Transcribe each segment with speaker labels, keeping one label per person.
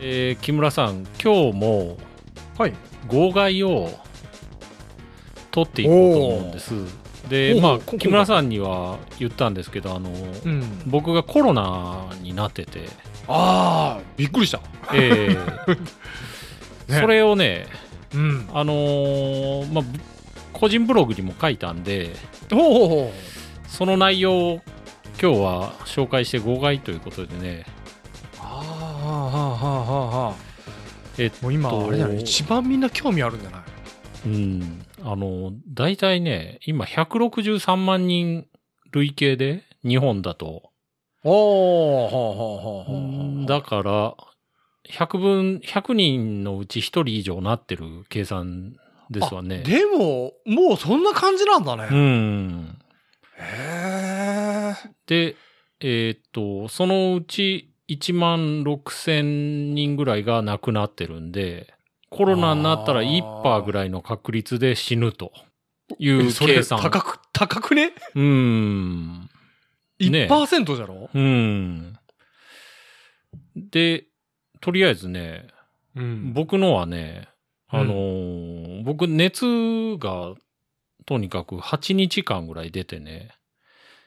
Speaker 1: えー木村さん、今日も
Speaker 2: はい。
Speaker 1: 号外を取っていこうと思うんです。で、
Speaker 2: ほう
Speaker 1: ま
Speaker 2: ほ
Speaker 1: あ、
Speaker 2: うここが
Speaker 1: 木村さんには言ったんですけど、あの、
Speaker 2: うん。
Speaker 1: 僕がコロナになってて、
Speaker 2: ああ、びっくりした。
Speaker 1: えー
Speaker 2: ね
Speaker 1: それをね、
Speaker 2: うん。
Speaker 1: あのーまあ、ぶ個人ブログにも書いたんで、
Speaker 2: ほうほうほう。
Speaker 1: その内容を今日は紹介して号外ということでね、
Speaker 2: ああ、はあはあはあはあ。
Speaker 1: えっと
Speaker 2: もう今、あれじゃない
Speaker 1: どう
Speaker 2: 一番みんな興味あるんじゃない
Speaker 1: うん。あの、大体ね、今163万人累計で、日本だと。
Speaker 2: おー、はあはあは
Speaker 1: だから、100分、100人のうち1人以上なってる計算ですわね。
Speaker 2: でも、もうそんな感じなんだ
Speaker 1: う
Speaker 2: ね。
Speaker 1: ん。
Speaker 2: へえ。
Speaker 1: で、えーっと、そのうち1万6千人ぐらいが亡くなってるんで、コロナになったら
Speaker 2: あー
Speaker 1: 1%ぐらいの確率で死ぬという
Speaker 2: えそれ
Speaker 1: 計算。
Speaker 2: 高く、高くね
Speaker 1: うん。ね
Speaker 2: ?1% じゃろ
Speaker 1: うん。で、とりあえずね、
Speaker 2: うん
Speaker 1: 僕のはね、
Speaker 2: うん
Speaker 1: あのー僕熱がとにかく8日間ぐらい出てね、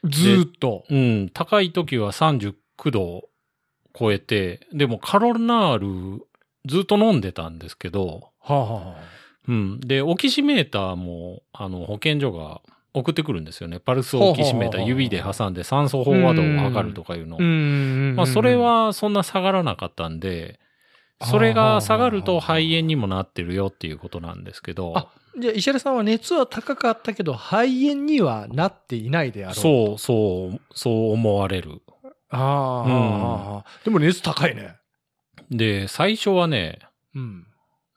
Speaker 2: ずーっと。
Speaker 1: うん、高い時は39度を超えて、でもカロナールずっと飲んでたんですけど、
Speaker 2: はあはあはあ。
Speaker 1: うん。で、オキシメーターも、あの、保健所が送ってくるんですよね。パルスオキシメーター
Speaker 2: ほうほうほうほう
Speaker 1: 指で挟んで酸素飽和度を測るとかいうの。
Speaker 2: うんうんうん。
Speaker 1: まあ、それはそんな下がらなかったんで、それが下がると肺炎にもなってるよっていうことなんですけど
Speaker 2: あ、じゃあ石原さんは熱は高かったけど肺炎にはなっていないであろう
Speaker 1: そう、そう、そう思われる。
Speaker 2: ああ、
Speaker 1: うん
Speaker 2: ああでも熱高いね
Speaker 1: で、最初はね、
Speaker 2: うん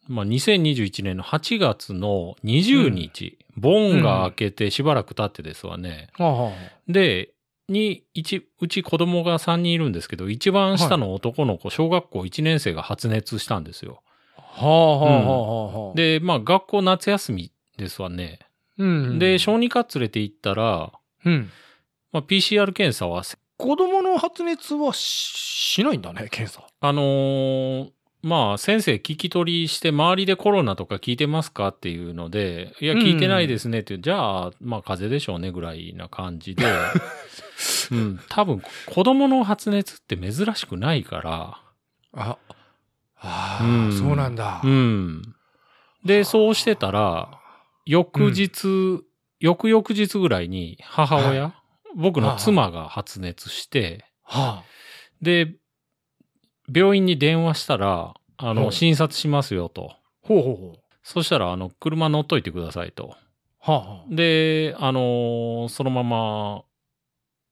Speaker 1: まあ、2021年の8月の20日、盆が明けてしばらく経ってですわね。
Speaker 2: ああ
Speaker 1: で、に、一、うち子供が3人いるんですけど、一番下の男の子、小学校1年生が発熱したんですよ。
Speaker 2: はあはあはあはあ
Speaker 1: で、まあ、学校夏休みですわね。
Speaker 2: うん
Speaker 1: で、小児科連れて行ったら、
Speaker 2: うん
Speaker 1: まあ、PCR 検査はせ、
Speaker 2: 子供の発熱はししないんだね検査
Speaker 1: あのーまあ、先生聞き取りして、周りでコロナとか聞いてますかっていうので、いや、
Speaker 2: うん
Speaker 1: 聞いてないですねって、じゃあ、まあ、風邪でしょうねぐらいな感 じで、うん、多分、子供の発熱って珍しくないから、
Speaker 2: ああ、
Speaker 1: うん
Speaker 2: そうなんだ、
Speaker 1: うん。で、そうしてたら、翌日、翌々日ぐらいに母親、僕の妻が発熱して、
Speaker 2: は
Speaker 1: で、病院に電話したら、あ
Speaker 2: う
Speaker 1: の、
Speaker 2: ん
Speaker 1: 診察しますよと。
Speaker 2: あほうほうほう
Speaker 1: そしたら、あの、車乗っといてくださいと。
Speaker 2: はあ、は
Speaker 1: で、あのーそのまま、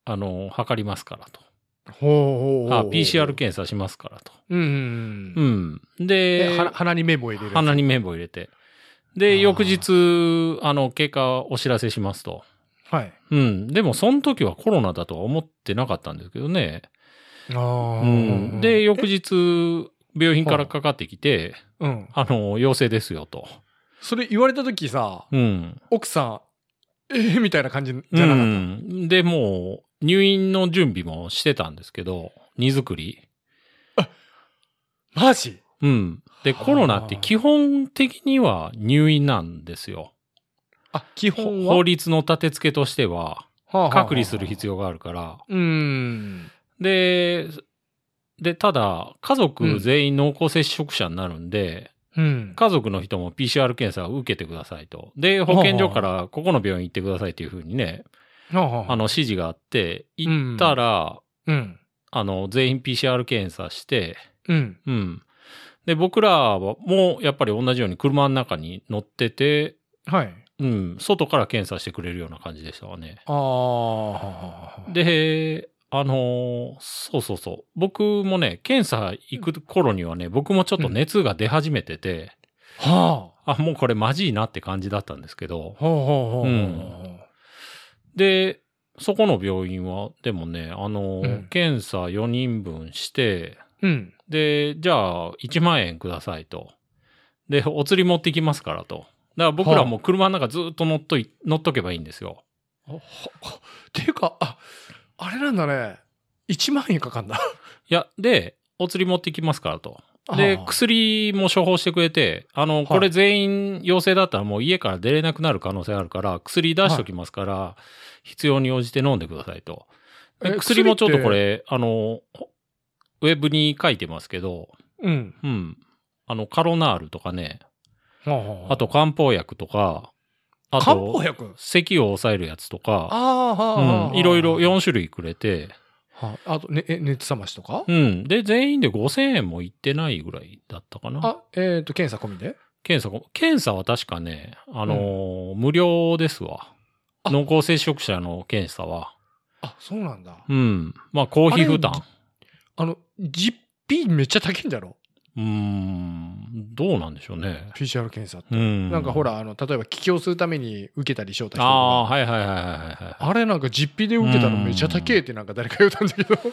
Speaker 1: あのー測りますからと。
Speaker 2: あ、ほうほうほう
Speaker 1: あ、PCR 検査しますからと。
Speaker 2: うんうんう
Speaker 1: うんん。
Speaker 2: で
Speaker 1: で、
Speaker 2: 鼻鼻にメモ入れる
Speaker 1: 鼻に綿棒入れて。で、
Speaker 2: あー
Speaker 1: 翌日、あの、経過お知らせしますと。
Speaker 2: はい
Speaker 1: うん。でも、その時はコロナだとは思ってなかったんですけどね。
Speaker 2: ああ
Speaker 1: うん。で、翌日、病院からかかってきて、
Speaker 2: うん
Speaker 1: あの、陽性ですよと。
Speaker 2: それ言われた時さ
Speaker 1: うん。
Speaker 2: 奥さん、えーみたいな感じじ
Speaker 1: う
Speaker 2: ゃなかっ
Speaker 1: ん。で、もう、入院の準備もしてたんですけど、荷造り。
Speaker 2: た。マジ
Speaker 1: うん。で、
Speaker 2: はあ
Speaker 1: コロナって基本的には入院なんですよ。
Speaker 2: あ、基
Speaker 1: ほ
Speaker 2: 本は
Speaker 1: 法律の立て付けとしては、隔離する必
Speaker 2: 要。
Speaker 1: 要があるから。
Speaker 2: うーん。
Speaker 1: で、で、ただ、家
Speaker 2: うん
Speaker 1: 族全員濃厚接触者になるんで、
Speaker 2: うん。
Speaker 1: 家族の人も PCR 検査を受けてくださいと。で、保健所からここの病院行ってくださいというふうにね、あ
Speaker 2: あ
Speaker 1: の、指示があって、行ったら、
Speaker 2: うん。
Speaker 1: あの、全員 PCR 検査して、
Speaker 2: うん。
Speaker 1: うん。で、僕らはもうやっぱり同じように車の中に乗ってて、
Speaker 2: はい。
Speaker 1: うん、外から検査してくれるような感じでしたわね。
Speaker 2: ああ。
Speaker 1: で、あのーそうそうそう。僕もね、検査行く頃にはね、僕もちょっと熱が出始めてて、
Speaker 2: はあ。
Speaker 1: あ、もうこれまじいなって感じだったんですけど、
Speaker 2: ほうほうほう。
Speaker 1: うんで、そこの病院は、でもね、あのー
Speaker 2: うん
Speaker 1: 検査4人分して、
Speaker 2: うん。
Speaker 1: で、じゃあ、1万円くださいと。で、お釣り持ってきますからと。だから僕らも車の中ずっと乗っとい、乗っとけばいいんですよ。
Speaker 2: ほほっていうか、あ、あれなんだね。1万円かかんだ。
Speaker 1: いや、で、お釣り持ってきますからと。で
Speaker 2: あ、あ
Speaker 1: 薬も処方してくれて、あの、これ全員陽性だったらもう家から出れなくなる可能性あるから、薬出しときますから、必要に応じて飲んでくださいと。で
Speaker 2: え
Speaker 1: 薬もちょっとこ
Speaker 2: 薬
Speaker 1: れ、あの、ウェブに書いてますけど、
Speaker 2: うん。
Speaker 1: うん。あの、カロナールとかね、
Speaker 2: あ
Speaker 1: あと、漢方薬とか、あ
Speaker 2: 漢方
Speaker 1: と、
Speaker 2: 薬
Speaker 1: 咳を抑えるやつとか、
Speaker 2: ああ、
Speaker 1: うん、いろいろ
Speaker 2: 4
Speaker 1: 4種類くれて、
Speaker 2: あと、ね、え熱冷ましとか、
Speaker 1: うん。で、全員で5000円もいってないぐらいだったかな。
Speaker 2: あ、えっ、と、検査込みで
Speaker 1: 検査、検査は確かね、あのー無料ですわ。
Speaker 2: あ
Speaker 1: 濃厚接触者の検査は。
Speaker 2: あ、そうなんだ。
Speaker 1: うん。まあ、公費負担。
Speaker 2: あの、実費めっちゃ高いんだろ
Speaker 1: うーん。どうなんでしょうね。
Speaker 2: ?PCR 検査って。
Speaker 1: うん。
Speaker 2: なんかほ。ら、あの、例えば帰郷するために受けたり招待したりと
Speaker 1: ああ
Speaker 2: か。
Speaker 1: ー、はいはいはいはいはい。
Speaker 2: あれなんか実費で受けたのめっちゃ高えってなんか誰か言ったんだけ ど。
Speaker 1: だか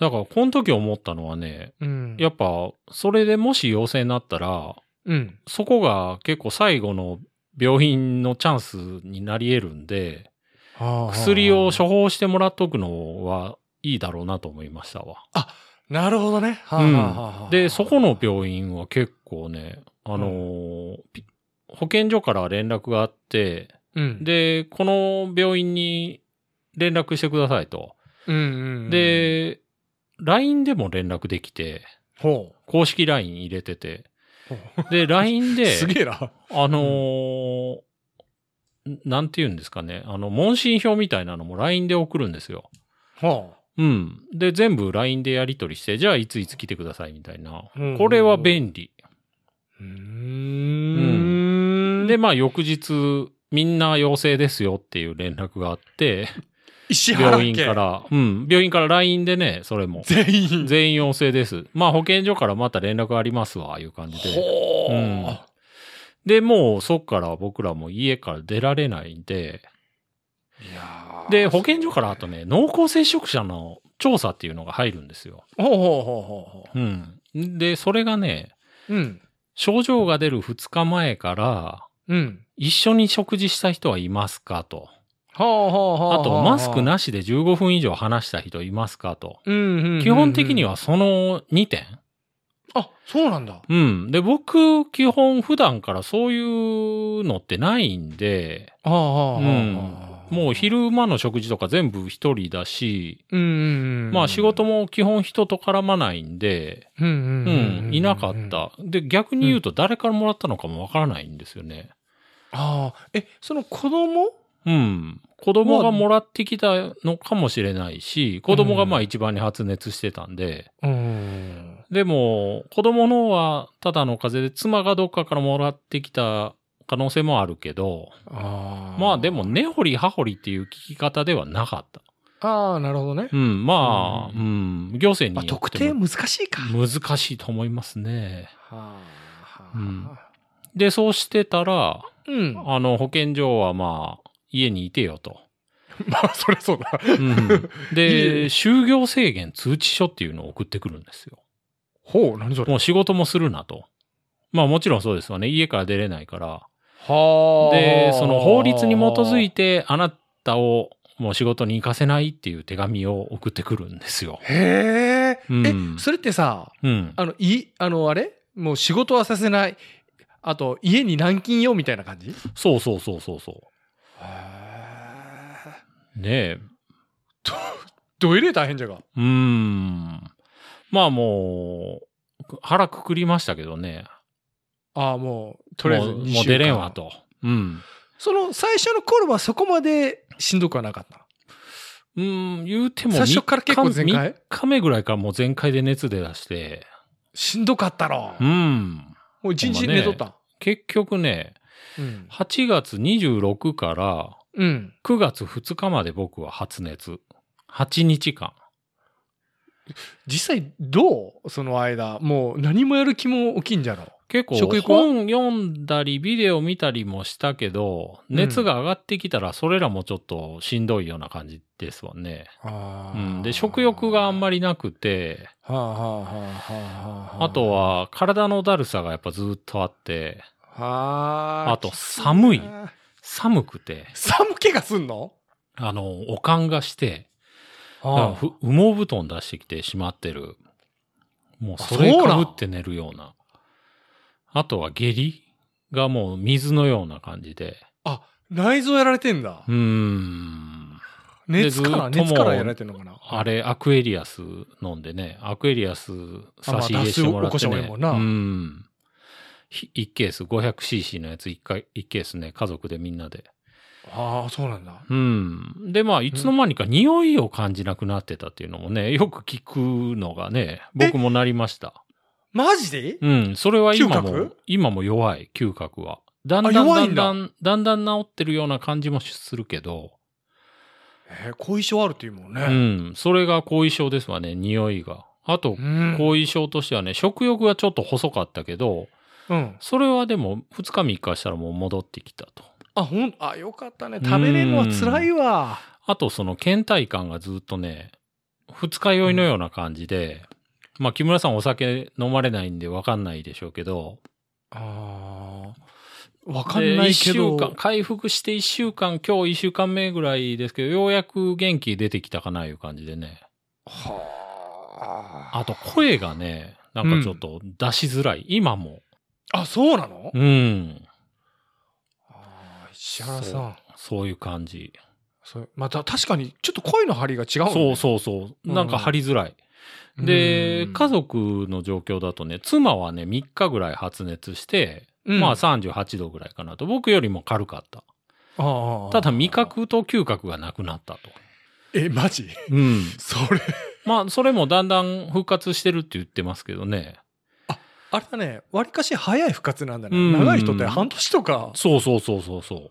Speaker 1: ら、この時思ったのはね、
Speaker 2: うん。
Speaker 1: やっぱ、それでもし陽性になったら、
Speaker 2: うん。
Speaker 1: そこが結構最後の病院のチャンスになり得るんで、薬を処方してもらっとくのはいいだろうなと思いましたわ。
Speaker 2: なるほどね。はあ
Speaker 1: うん
Speaker 2: はあはあはあ
Speaker 1: で、そこの病院は結構ね、あのーピ保健所から連絡があって、
Speaker 2: うん、
Speaker 1: で、この病院に連絡してくださいと。
Speaker 2: うんうんうん、
Speaker 1: で、LINE でも連絡できて、
Speaker 2: ほ
Speaker 1: 公式 LINE 入れてて。
Speaker 2: う、ほ
Speaker 1: で、LINE
Speaker 2: う。
Speaker 1: で、
Speaker 2: すげえな。
Speaker 1: あのーんなんて言うんですかね、あの、問診票みたいなのも LINE で送るんですよ。
Speaker 2: ほ
Speaker 1: うん。で、全部 LINE でやり取りして、じゃあいついつ来てくださいみたいな。
Speaker 2: う。
Speaker 1: これは便利。
Speaker 2: うーん。
Speaker 1: で、まあ、翌日、みんな陽性ですよっていう連絡があって、
Speaker 2: 石原
Speaker 1: 病
Speaker 2: 家
Speaker 1: 院から、うん、病院から LINE でね、それも。
Speaker 2: 全員。
Speaker 1: 全員陽性です。まあ、保健所からまた連絡ありますわ、いう感じで。
Speaker 2: ほう、
Speaker 1: うんで、もうそっから僕らも家から出られないんで、
Speaker 2: いやー
Speaker 1: で、保健所からあとね、濃厚接触者の調査っていうのが入るんですよ。
Speaker 2: ほうほうほうほうほ
Speaker 1: うん。で、それがね、
Speaker 2: う。うん。
Speaker 1: 症状が出る2日前から、
Speaker 2: うん。
Speaker 1: 一緒に食事した人はいますかと。
Speaker 2: ほうほうほうほう。
Speaker 1: あと、マスク。なしで15分以上話した人いますかと。
Speaker 2: うんうんうんうん
Speaker 1: 基本的に。はその2点。
Speaker 2: あ、そうなんだ。
Speaker 1: うん。で、僕、基本普段からそういうのってないんで、
Speaker 2: ああ、
Speaker 1: う。
Speaker 2: うん
Speaker 1: もう、昼間の食事とか全部一人だし、
Speaker 2: うんうんうん。
Speaker 1: まあ仕事も基本人と絡まないんで、
Speaker 2: う
Speaker 1: う
Speaker 2: んうんうんうんうん
Speaker 1: ん、いなかっ。た。で、逆に言うと誰からもらったのかもわからないんですよね。
Speaker 2: ああ、え、その子供
Speaker 1: うん。子供がもらってきたのかもしれないし、子供がまあ一番に発熱してたんで、
Speaker 2: うん。
Speaker 1: でも、子供の方はただの風邪で、妻がどっかからもらってきた可能性もあるけど、
Speaker 2: ああ。
Speaker 1: まあでも、根掘り葉掘りっていう聞き方ではなかった。
Speaker 2: ああ、なるほどね。
Speaker 1: うん、まあ、
Speaker 2: う
Speaker 1: うん、行政
Speaker 2: まあ、
Speaker 1: によっ
Speaker 2: 特
Speaker 1: て
Speaker 2: 定
Speaker 1: も
Speaker 2: 難しいか。
Speaker 1: 難しいと思いますね。
Speaker 2: はあ
Speaker 1: うんで、そうしてたら、
Speaker 2: う ん。ま
Speaker 1: あの、保健所はまあ、家にいてよと。
Speaker 2: あ、そりゃそうだ。
Speaker 1: うん、
Speaker 2: 家
Speaker 1: で、就業制限通知書っていうのを送ってくるんですよ。
Speaker 2: ほう、何それ。
Speaker 1: もう仕事もするなと。まあもちろんそうですよね。家から出れないから。
Speaker 2: は
Speaker 1: で、その法律に基づい
Speaker 2: て。
Speaker 1: て、あなたをもう仕事に行かせないっていう手紙を送ってくるんですよ。
Speaker 2: へえ。
Speaker 1: うん
Speaker 2: え、それってさ、
Speaker 1: うん。
Speaker 2: あの、い、あの、あれもう仕事はさせない。あと、家に軟禁よ、みたいな感じへ
Speaker 1: そうそうそうそうそ
Speaker 2: え。
Speaker 1: う。ねえ。
Speaker 2: ど、どえれ大変じゃが。
Speaker 1: うーん。まあもう、腹くくりましたけどね。
Speaker 2: ああ、もう、とりあえず
Speaker 1: もう
Speaker 2: 二週間
Speaker 1: もう出れんわ。と。うん。
Speaker 2: その、最初の頃はそこまでしんどくはなかった。
Speaker 1: うん、言うても
Speaker 2: 最初から結構全開
Speaker 1: 3日目ぐらいからもう全開で熱出だして。
Speaker 2: しんどかったろ。
Speaker 1: うん。
Speaker 2: もう一日寝とった。
Speaker 1: 結局ね、
Speaker 2: うん。
Speaker 1: 8月26から
Speaker 2: うん。
Speaker 1: 9月2日まで僕は発熱。8日間。
Speaker 2: 実際どうその間もう何もやる気も起きんじゃろ
Speaker 1: 結構
Speaker 2: 食欲は
Speaker 1: 本読んだりビデオ見たりもしたけど、
Speaker 2: うん
Speaker 1: 熱が上がってきたらそれらもちょっとしんどいような感じですわね。
Speaker 2: あ
Speaker 1: うん、で、食欲があんま
Speaker 2: り
Speaker 1: りなくて、
Speaker 2: はあはあはあはあ
Speaker 1: あとは体のだるさがやっぱずっとあって、
Speaker 2: はあ
Speaker 1: あと寒い寒くて、
Speaker 2: 寒気がすんの
Speaker 1: あの、おかんがして、だから
Speaker 2: あ
Speaker 1: ふ羽毛布団出してきてしまってる。もう
Speaker 2: あ
Speaker 1: それ
Speaker 2: そう
Speaker 1: か
Speaker 2: なん
Speaker 1: ぶって寝るような。あとは下痢がもう水のような感じで。
Speaker 2: 内臓やられてんだ
Speaker 1: う。ーん。
Speaker 2: 熱か
Speaker 1: ず
Speaker 2: ら、
Speaker 1: っともう
Speaker 2: 熱からやられてんのかな。
Speaker 1: あれ、アクエリアス飲んでね、アクエリアス差し入れしてもらって、
Speaker 2: あまあ脱水起こした方がい
Speaker 1: ね。
Speaker 2: いもんな
Speaker 1: うん。ひ1ケース 500cc のやつ 1, 回1ケースね、家族でみんなで。
Speaker 2: ああ、そうなんだ。
Speaker 1: うん。で、まあ、いつの間にか匂いを感じなくなってたっていうのもね、よく聞くのがね、僕もなりました。
Speaker 2: マジで
Speaker 1: うん。それは今
Speaker 2: 嗅
Speaker 1: も
Speaker 2: 覚、
Speaker 1: 今も弱い、嗅覚は。だんだん
Speaker 2: あ弱
Speaker 1: だ
Speaker 2: い
Speaker 1: ん
Speaker 2: ん
Speaker 1: だ
Speaker 2: だ
Speaker 1: ん、だんだん治ってるような感じもするけど、
Speaker 2: えー後遺症あるっていうもん
Speaker 1: う
Speaker 2: ね。
Speaker 1: ん。それが後遺症ですわね、匂いが。あと
Speaker 2: う、ん。
Speaker 1: 後遺症としてはね、食欲がちょっと細かったけど、
Speaker 2: うん。
Speaker 1: それはでも2日3日したらもう戻ってきたと。
Speaker 2: あ、ほん、あ、よかったね。食べれるのは辛いわ。
Speaker 1: あとその倦怠感がずっとね、二日酔いのような感じで、まあ木村さんお酒飲まれないんでわかんないでしょうけど、
Speaker 2: ああ。わかんな
Speaker 1: で
Speaker 2: い
Speaker 1: 一
Speaker 2: け
Speaker 1: 週
Speaker 2: ど。
Speaker 1: 間、回復して1週間、今日1週間目ぐらいですけど、ようやく元気出てきたかないう感じでね。
Speaker 2: はあ。
Speaker 1: あと声がね、なんかちょっと出しづらい。今も。
Speaker 2: あ、そうなの
Speaker 1: うん。
Speaker 2: あー石原さん。
Speaker 1: そういう感じ。
Speaker 2: そうまた確かにちょっと声の張りが違うもん
Speaker 1: そ
Speaker 2: ね
Speaker 1: うそうそう。なんか張りづらい。
Speaker 2: うん
Speaker 1: で、家族の状況だとね、妻はね、3日ぐらい発熱して、
Speaker 2: うん
Speaker 1: まあ38度ぐらいかなと。僕よりも軽かった。
Speaker 2: ああああ
Speaker 1: ただ味覚と嗅覚がなくなったと。
Speaker 2: えマジ
Speaker 1: うん。
Speaker 2: それ
Speaker 1: まあ、それもだんだん復活してるって言ってますけどね。
Speaker 2: あれだねわりかし早い復活なんだね、
Speaker 1: うん
Speaker 2: 長い人って半年とか、
Speaker 1: そうそうそうそうそう。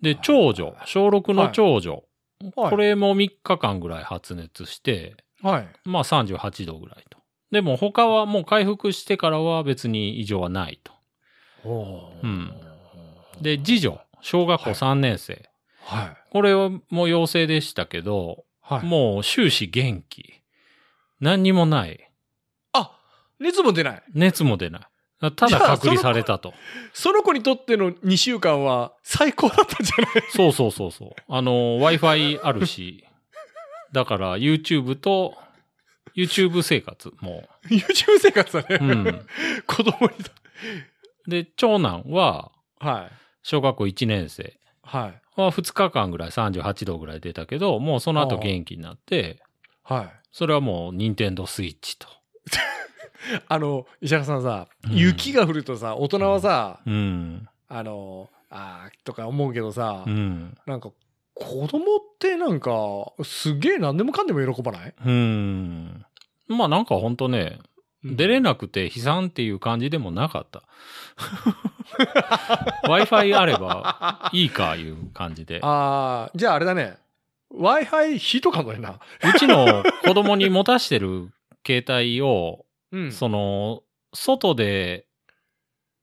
Speaker 1: で、長女、小6の長女。
Speaker 2: はい
Speaker 1: これも3日間ぐらい発熱して、
Speaker 2: はい、
Speaker 1: まあ38度ぐらいと。でも他はもう回復してからは別に異常はないと。うんで、次女、小学校
Speaker 2: はい
Speaker 1: 3年生。
Speaker 2: はい
Speaker 1: これはもう陽性でしたけど、
Speaker 2: はい
Speaker 1: もう終始元気。何にもない。
Speaker 2: あ熱も出ない
Speaker 1: 熱も出ない。た
Speaker 2: じ
Speaker 1: だ
Speaker 2: ゃあ
Speaker 1: 隔離されたと。
Speaker 2: その子にとっての2週間は最高だったんじゃない
Speaker 1: そうそうそうそう。あの、Wi-Fi あるし、だから YouTube と、YouTube 生活も
Speaker 2: YouTube 生活だね、
Speaker 1: う。うん。
Speaker 2: 子供にと
Speaker 1: で、長男は、
Speaker 2: はい
Speaker 1: 小学校1年生
Speaker 2: はい
Speaker 1: は2日間ぐらい38度ぐらい出たけど、もうその後元気になって、
Speaker 2: はい
Speaker 1: それはもう Nintendo Switch と。
Speaker 2: あの石原さんさ、
Speaker 1: うん
Speaker 2: 雪が降るとさ大人はさ、
Speaker 1: うん。
Speaker 2: あのあーとか思うけどさ、
Speaker 1: うん。
Speaker 2: なんか子供ってなんかすげえ何でもかんでも喜ばない、
Speaker 1: うん。まあなんかほんとね、出 れなくて悲惨っていう感じでもなかった。Wi-Fi あればいいかいう感じで。う
Speaker 2: ああじゃああれだね w i f i 火とかもやな、
Speaker 1: ちの子供に持たしてる携帯を、
Speaker 2: うん
Speaker 1: その、外で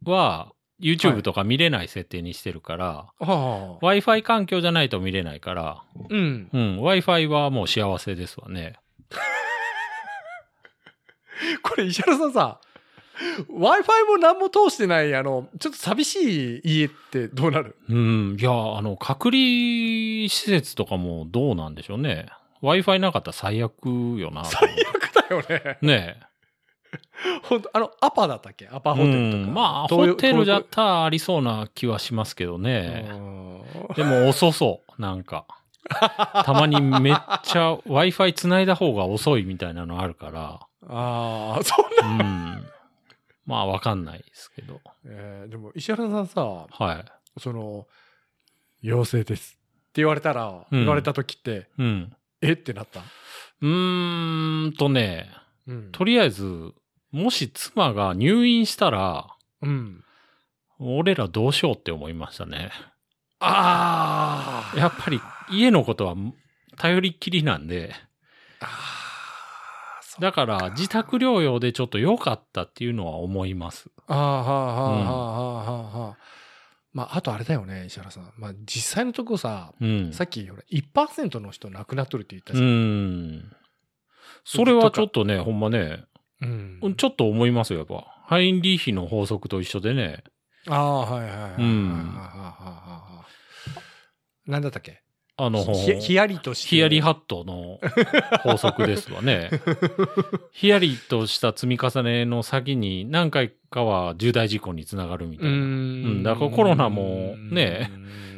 Speaker 1: は YouTube とか見れない設定にしてるから、
Speaker 2: はあ
Speaker 1: Wi-Fi 環境じゃないと見れないから、
Speaker 2: うん、
Speaker 1: うん、Wi-Fi はもう幸せですわね。
Speaker 2: これ石原さんさ w i f i も何も通してないあのちょっと寂しい家ってどうなる
Speaker 1: うん、いや、あの、隔離施設とかもどうなんでしょうね。Wi-Fi なかったら最悪よな。
Speaker 2: 最悪だよね
Speaker 1: ね
Speaker 2: 本当あのアパだったっけアパ
Speaker 1: え。
Speaker 2: ホテルと
Speaker 1: う
Speaker 2: か、
Speaker 1: んまあ、
Speaker 2: 東
Speaker 1: ホ
Speaker 2: 洋
Speaker 1: テルだっ
Speaker 2: 東
Speaker 1: たらありそうな気はしますけど
Speaker 2: 洋
Speaker 1: ね。
Speaker 2: うん
Speaker 1: でも遅そう、なん か。たまにめっちゃ Wi-Fi 繋いだ方が遅いみたいなのあるか
Speaker 2: ああ そんな、
Speaker 1: ら。うん。まあ、わかんないですけど。
Speaker 2: えーでも石原さんさ
Speaker 1: はい。
Speaker 2: その、陽性です。って言われたら、
Speaker 1: うん
Speaker 2: 言われた時って、
Speaker 1: うん。
Speaker 2: えってなった。
Speaker 1: うーんとね、
Speaker 2: うん
Speaker 1: とりあえず、もし妻が入院したら、
Speaker 2: うん。
Speaker 1: 俺らどうしようって思いましたね。
Speaker 2: あー
Speaker 1: やっぱり家のことは頼りっきりなんで、
Speaker 2: あーそう
Speaker 1: だから自宅療養でちょっと良かったっていうのは思います。
Speaker 2: あーはあはあはあはあはあまあ、あとあれだよね、石原さん。まあ、実際のとこさ、
Speaker 1: うん。
Speaker 2: さっき、ほら、1%の人亡くなっとるって言った
Speaker 1: う
Speaker 2: じゃん。
Speaker 1: ん。それはちょっとね、ほんまね、
Speaker 2: うん
Speaker 1: ちょっと思いますよ、やっぱ。ハインリーヒの法則と一緒でね。
Speaker 2: ああ、はいはいはいはいはいはいはいはいはい。なんだったっけ
Speaker 1: あの、
Speaker 2: ひひやりとして。
Speaker 1: ヒヤリハットの法則ですわ ね。ヒヤリとした積み重ねの先に何回かは重大事故につながるみた
Speaker 2: う
Speaker 1: いな。
Speaker 2: ん
Speaker 1: うんだからコロナもね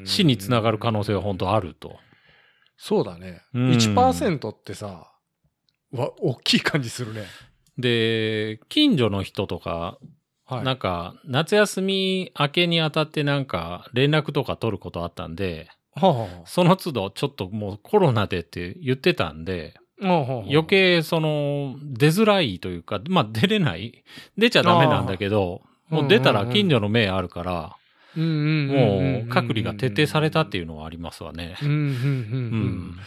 Speaker 1: 死につながる可能性は本当あると。
Speaker 2: そうだね。
Speaker 1: うん
Speaker 2: 1%ってさ、わ、大きい感じするね。
Speaker 1: で、近所の人とか、
Speaker 2: はい。
Speaker 1: なんか夏休み明けにあたってなんか連絡とか取ることあったんで、
Speaker 2: はあはあ
Speaker 1: その都度ちょっともうコロナでって言ってたんで、
Speaker 2: はあはあはあ
Speaker 1: 余計その出づらいというか、まあ出れない出ちゃダメなんだけど、
Speaker 2: あー
Speaker 1: もう出たら近所の目あるから、
Speaker 2: うんうんうんうんうん
Speaker 1: もう隔離が徹底されたっていうのはありますわね。
Speaker 2: うんうんうん
Speaker 1: う
Speaker 2: うん
Speaker 1: ん。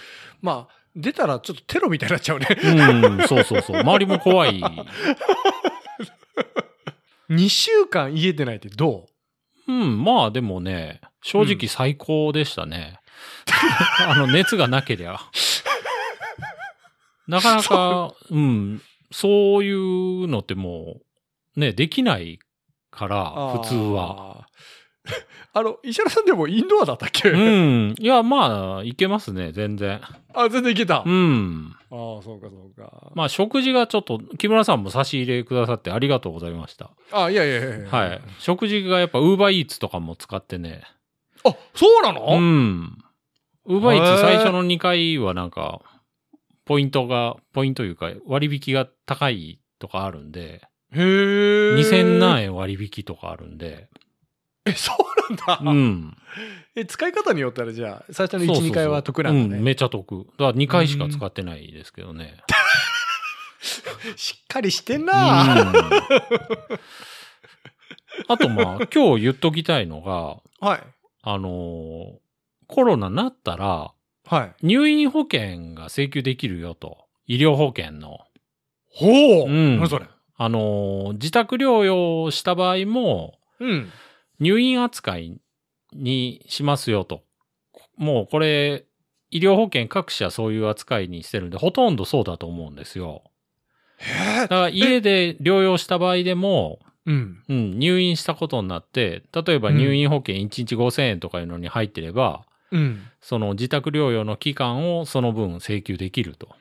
Speaker 2: まあ出たらちょっとテロみたいになっちゃうね
Speaker 1: うん、そうそうそう。周りも怖い。
Speaker 2: 2週間家出ないってど
Speaker 1: うん、まあでもね、正直最高でしたね。 あの、熱がなけりゃ。なかなか、うん、そういうのってもう、ね、できないか
Speaker 2: う
Speaker 1: ら、普通は。
Speaker 2: あーあの石原さんでもインドアだったっけ、
Speaker 1: うん。いや、まあ、いけますね、全然。
Speaker 2: あ全然いけた、
Speaker 1: う
Speaker 2: あ
Speaker 1: ん。
Speaker 2: あーそうかそうか、
Speaker 1: まあ、食事がちょっと、木村さんも差し入れくださってありがとうございました。
Speaker 2: あいやいやいやや
Speaker 1: はい。食事がやっぱ、ウーバーイーツとかも使ってね。
Speaker 2: あそうな
Speaker 1: う
Speaker 2: の、
Speaker 1: ん。ウーバーイー
Speaker 2: へー
Speaker 1: ツ最初の2回はなんか、ポイントが、ポイントというか、割引が高いとかあるんで、
Speaker 2: へえ
Speaker 1: 2000何
Speaker 2: い
Speaker 1: 円割引とかあるんで、
Speaker 2: えそうなん
Speaker 1: う
Speaker 2: だ、
Speaker 1: ん。
Speaker 2: え使い方によったらじゃあ最初の
Speaker 1: そうそうそう
Speaker 2: 12回は得なんだ
Speaker 1: うん、
Speaker 2: ね、
Speaker 1: めちゃ得。だから2回しか使ってないですけどね。
Speaker 2: しっかりしてん
Speaker 1: うん
Speaker 2: な、
Speaker 1: あとまあ、 今日言っときたいのが、
Speaker 2: はい
Speaker 1: あのーコロナなったら、
Speaker 2: はい
Speaker 1: 入院保険が請求できるよと。医療保険の。
Speaker 2: ほう、
Speaker 1: うん
Speaker 2: 何それ
Speaker 1: あのー自宅療養した場合も、
Speaker 2: うん
Speaker 1: 入院扱いにしますよと。もうこれ、医療保険各社そういう扱いにしてるんで、ほとんどそうだと思うんですよ。
Speaker 2: へえ
Speaker 1: だから家で療養した場合でも、
Speaker 2: うん
Speaker 1: うん、入院したことになって、例えば入院保険1日5000円とかいうのに入ってれば、
Speaker 2: うん
Speaker 1: その自宅療養の期間をその分請求できると。
Speaker 2: っ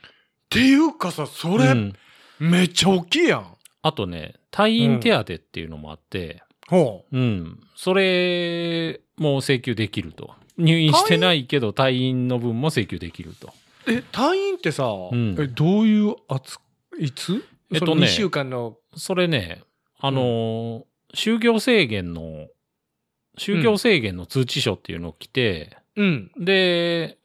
Speaker 2: ていうかさそれ、
Speaker 1: うん
Speaker 2: めっちゃ大きいやん。
Speaker 1: あとね、退院手当っていうのもあって、
Speaker 2: ほ
Speaker 1: うん、それも請求できると。入院してないけど退院の分も請求できると。
Speaker 2: う。え、退院ってさ、
Speaker 1: ん
Speaker 2: えどういう扱い、いつ
Speaker 1: えっとね
Speaker 2: その2週間の。
Speaker 1: それね、あのー就業制限の、就業制限の通知書っていうのを来て、
Speaker 2: うん。
Speaker 1: で、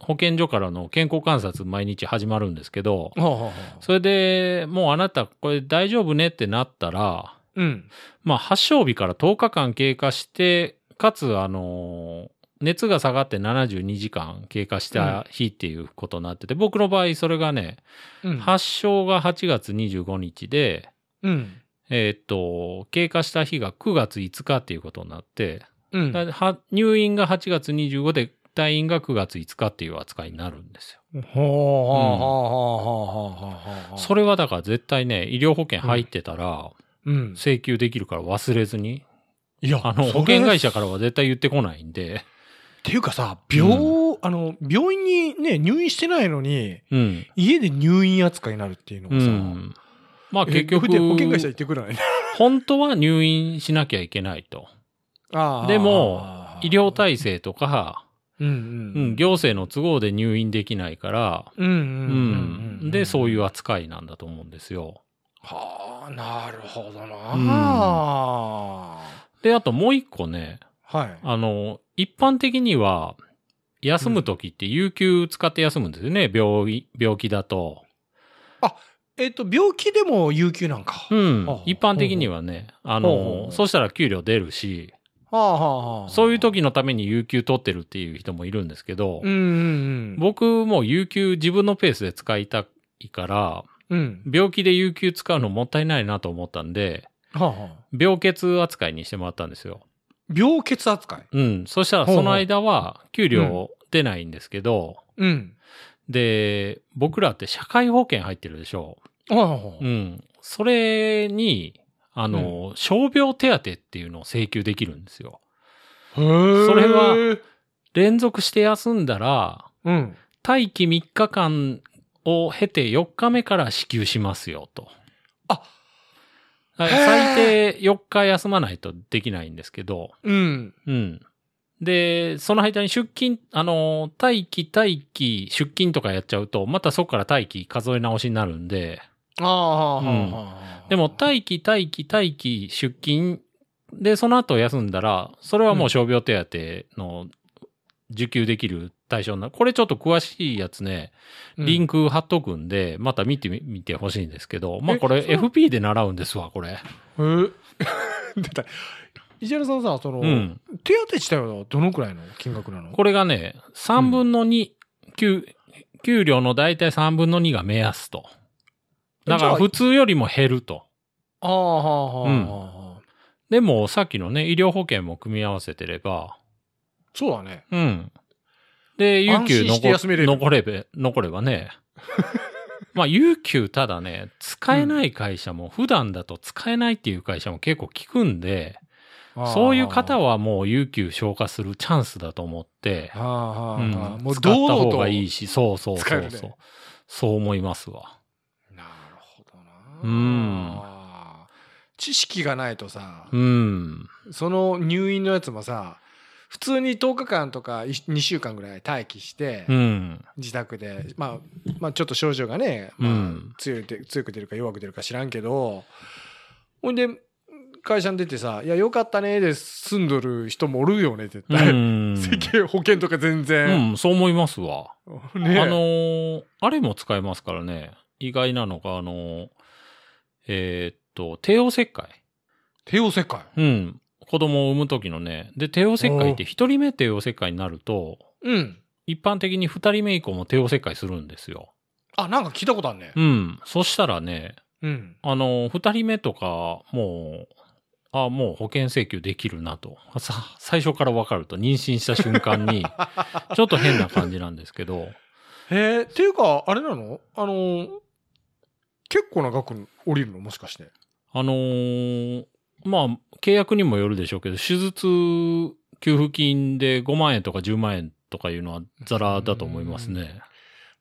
Speaker 1: 保健所からの健康観察毎日始まるんですけど、
Speaker 2: はあ、はあはあ、
Speaker 1: それでもうあなたこれ大丈夫ねってなったら、
Speaker 2: うん。
Speaker 1: まあ発症日から10日間経過して、かつあの、熱が下がって72時間経過した日っていうことになってて、僕の場合それがね、
Speaker 2: うん。
Speaker 1: 発症が8月25日で、
Speaker 2: うん。
Speaker 1: えーっと、経過した日が9月5日っていうことになって、
Speaker 2: うん。
Speaker 1: だは入院が8月25で退院が9月5日っていう扱いになるんですよ。
Speaker 2: ほうはあはあはあはあはあはあ。
Speaker 1: それはだから絶対ね、医療保険入ってたら
Speaker 2: うん。
Speaker 1: 請求できるから忘れずに。
Speaker 2: いや
Speaker 1: あの、
Speaker 2: それ
Speaker 1: 保険会社からは絶対言ってこないんで。
Speaker 2: っていうかさ、病、あの、病院にね、入院してないのに、
Speaker 1: うん。
Speaker 2: 家で入院扱いになるっていうの
Speaker 1: う
Speaker 2: がさ、
Speaker 1: ん。まあ
Speaker 2: え
Speaker 1: 結局、
Speaker 2: で保険会社行ってくるね。
Speaker 1: 本当は入院しなきゃいけないと。
Speaker 2: ああ
Speaker 1: でも、医療
Speaker 2: 体、
Speaker 1: 体制とか、
Speaker 2: うんう。
Speaker 1: うんん、行政の都合で入院できないから、
Speaker 2: うんう
Speaker 1: う
Speaker 2: んうんうんうん
Speaker 1: ん。で、そういう扱いなんだと思うんですよ。
Speaker 2: はあ、なるほどな
Speaker 1: うん
Speaker 2: あ、
Speaker 1: で、あともう一個ね、
Speaker 2: はい。
Speaker 1: あの、一般的には、休むときって有給使って休むんですよね、病い病気だと。
Speaker 2: えっ、と、病気でも有給なんか。
Speaker 1: う
Speaker 2: は
Speaker 1: ん
Speaker 2: あ。
Speaker 1: 一般的にはね、あ
Speaker 2: ほうほうほ
Speaker 1: の、
Speaker 2: う
Speaker 1: そうしたら給料出るし、
Speaker 2: あ、はあはあ、
Speaker 1: そういう時のために有給取ってるっていう人もいるんですけど
Speaker 2: うん、うんうん。
Speaker 1: 僕も有給自分のペースで使いたいから、
Speaker 2: うん。
Speaker 1: 病気で有給使うのもったいないなと思ったんで、
Speaker 2: はあはあ、
Speaker 1: 病欠扱いにしてもらったんですよ。
Speaker 2: 病欠扱い。
Speaker 1: うん。そしたらその間は給料出ないんですけど、
Speaker 2: うん。
Speaker 1: で、僕らって社会保険入ってるでしょ
Speaker 2: はあは
Speaker 1: う。
Speaker 2: あ
Speaker 1: ん。それに、あの、傷病手当っていうのを請求できるんですよ。
Speaker 2: へえ
Speaker 1: それは、連続して休んだら、
Speaker 2: うん。
Speaker 1: 待機3日間を経て4日目から支給しますよと。
Speaker 2: あ
Speaker 1: はい
Speaker 2: へー
Speaker 1: 最低4日休まないとできないんですけど、
Speaker 2: うん。
Speaker 1: うん。で、その間に出勤、あの、待機、待機、出勤とかやっちゃうと、またそこから待機数え直しになるんで、
Speaker 2: ああ、
Speaker 1: うん
Speaker 2: はあ
Speaker 1: でも、待機、待機、待機、出勤、で、その後休んだら、それはもう傷病手当の受給できる対象になる。これちょっと詳しいやつね、リン
Speaker 2: ク。
Speaker 1: ク貼っとくんで、また見てみ見てほしいんですけど、まあ
Speaker 2: え
Speaker 1: これ
Speaker 2: その
Speaker 1: FP で習うんですわ、これ。
Speaker 2: うんえ 出た。石原さんさ、その、
Speaker 1: うん。
Speaker 2: 手当自体はどのくらいの金額なの
Speaker 1: これがね、3分の2、給、給料の大体3分の2が目安と。だから普通よりも減ると。
Speaker 2: ああ、はあ、はあ、
Speaker 1: うん
Speaker 2: はあ。
Speaker 1: でも、さっきのね、医療保険も組み合わせてれば、
Speaker 2: そうだね。
Speaker 1: うん。で、有給
Speaker 2: 安心して休めれる
Speaker 1: 残残れべ、残れば ね。まあ、有給ただね、使えない会社も、普段だと使えないっていう会社も結構聞くんで、そういう方
Speaker 2: は、
Speaker 1: はもう有給消化するチャンスだと思って
Speaker 2: は、あ、はあ、
Speaker 1: うん
Speaker 2: はあ、もう
Speaker 1: 使った
Speaker 2: 堂々
Speaker 1: 方
Speaker 2: と。
Speaker 1: がいいし、そうそう
Speaker 2: 使
Speaker 1: そ
Speaker 2: え
Speaker 1: う
Speaker 2: る
Speaker 1: そう
Speaker 2: ね。
Speaker 1: そう思いますわ。
Speaker 2: なるほどな。
Speaker 1: うん
Speaker 2: 知識がないとさ、
Speaker 1: うん。
Speaker 2: その入院のやつもさ、普通に10日間とか2週間ぐらい待機して、
Speaker 1: うん。
Speaker 2: 自宅で、まあ、まあちょっと症状がね、まあ
Speaker 1: うん
Speaker 2: 強いで強く出るか弱く出るか知らんけどほんで会社に出てさ「いやよかったね」で住んどる人もおるよね絶
Speaker 1: う
Speaker 2: 対、
Speaker 1: ん。
Speaker 2: 世間保険とか全然、
Speaker 1: うん、そう思いますわ。
Speaker 2: ね
Speaker 1: あのーあれも使えますからね。意外なのが、あのーえーっと、帝王切開。
Speaker 2: 帝王切開
Speaker 1: うん。子供を産む時のね。で、帝王切開って一人目帝王切開になると、
Speaker 2: うん
Speaker 1: 一般的に二人目以降も帝王切開するんですよ。
Speaker 2: あなんか聞いたことあるね
Speaker 1: うん。そしたらね、
Speaker 2: うん
Speaker 1: あのー二人目とか、もう、あもう保険請求できるなと。さ、最初からわかると、妊娠した瞬間 に、ちょっと変な感じなんですけど、
Speaker 2: へえっていうかあれなのあのー結構な額降りるのもしかして
Speaker 1: あのーまあ、契約にもよるでしょうけど、手術給付金で5万円とか10万円とかいうのはザラだと思いますね。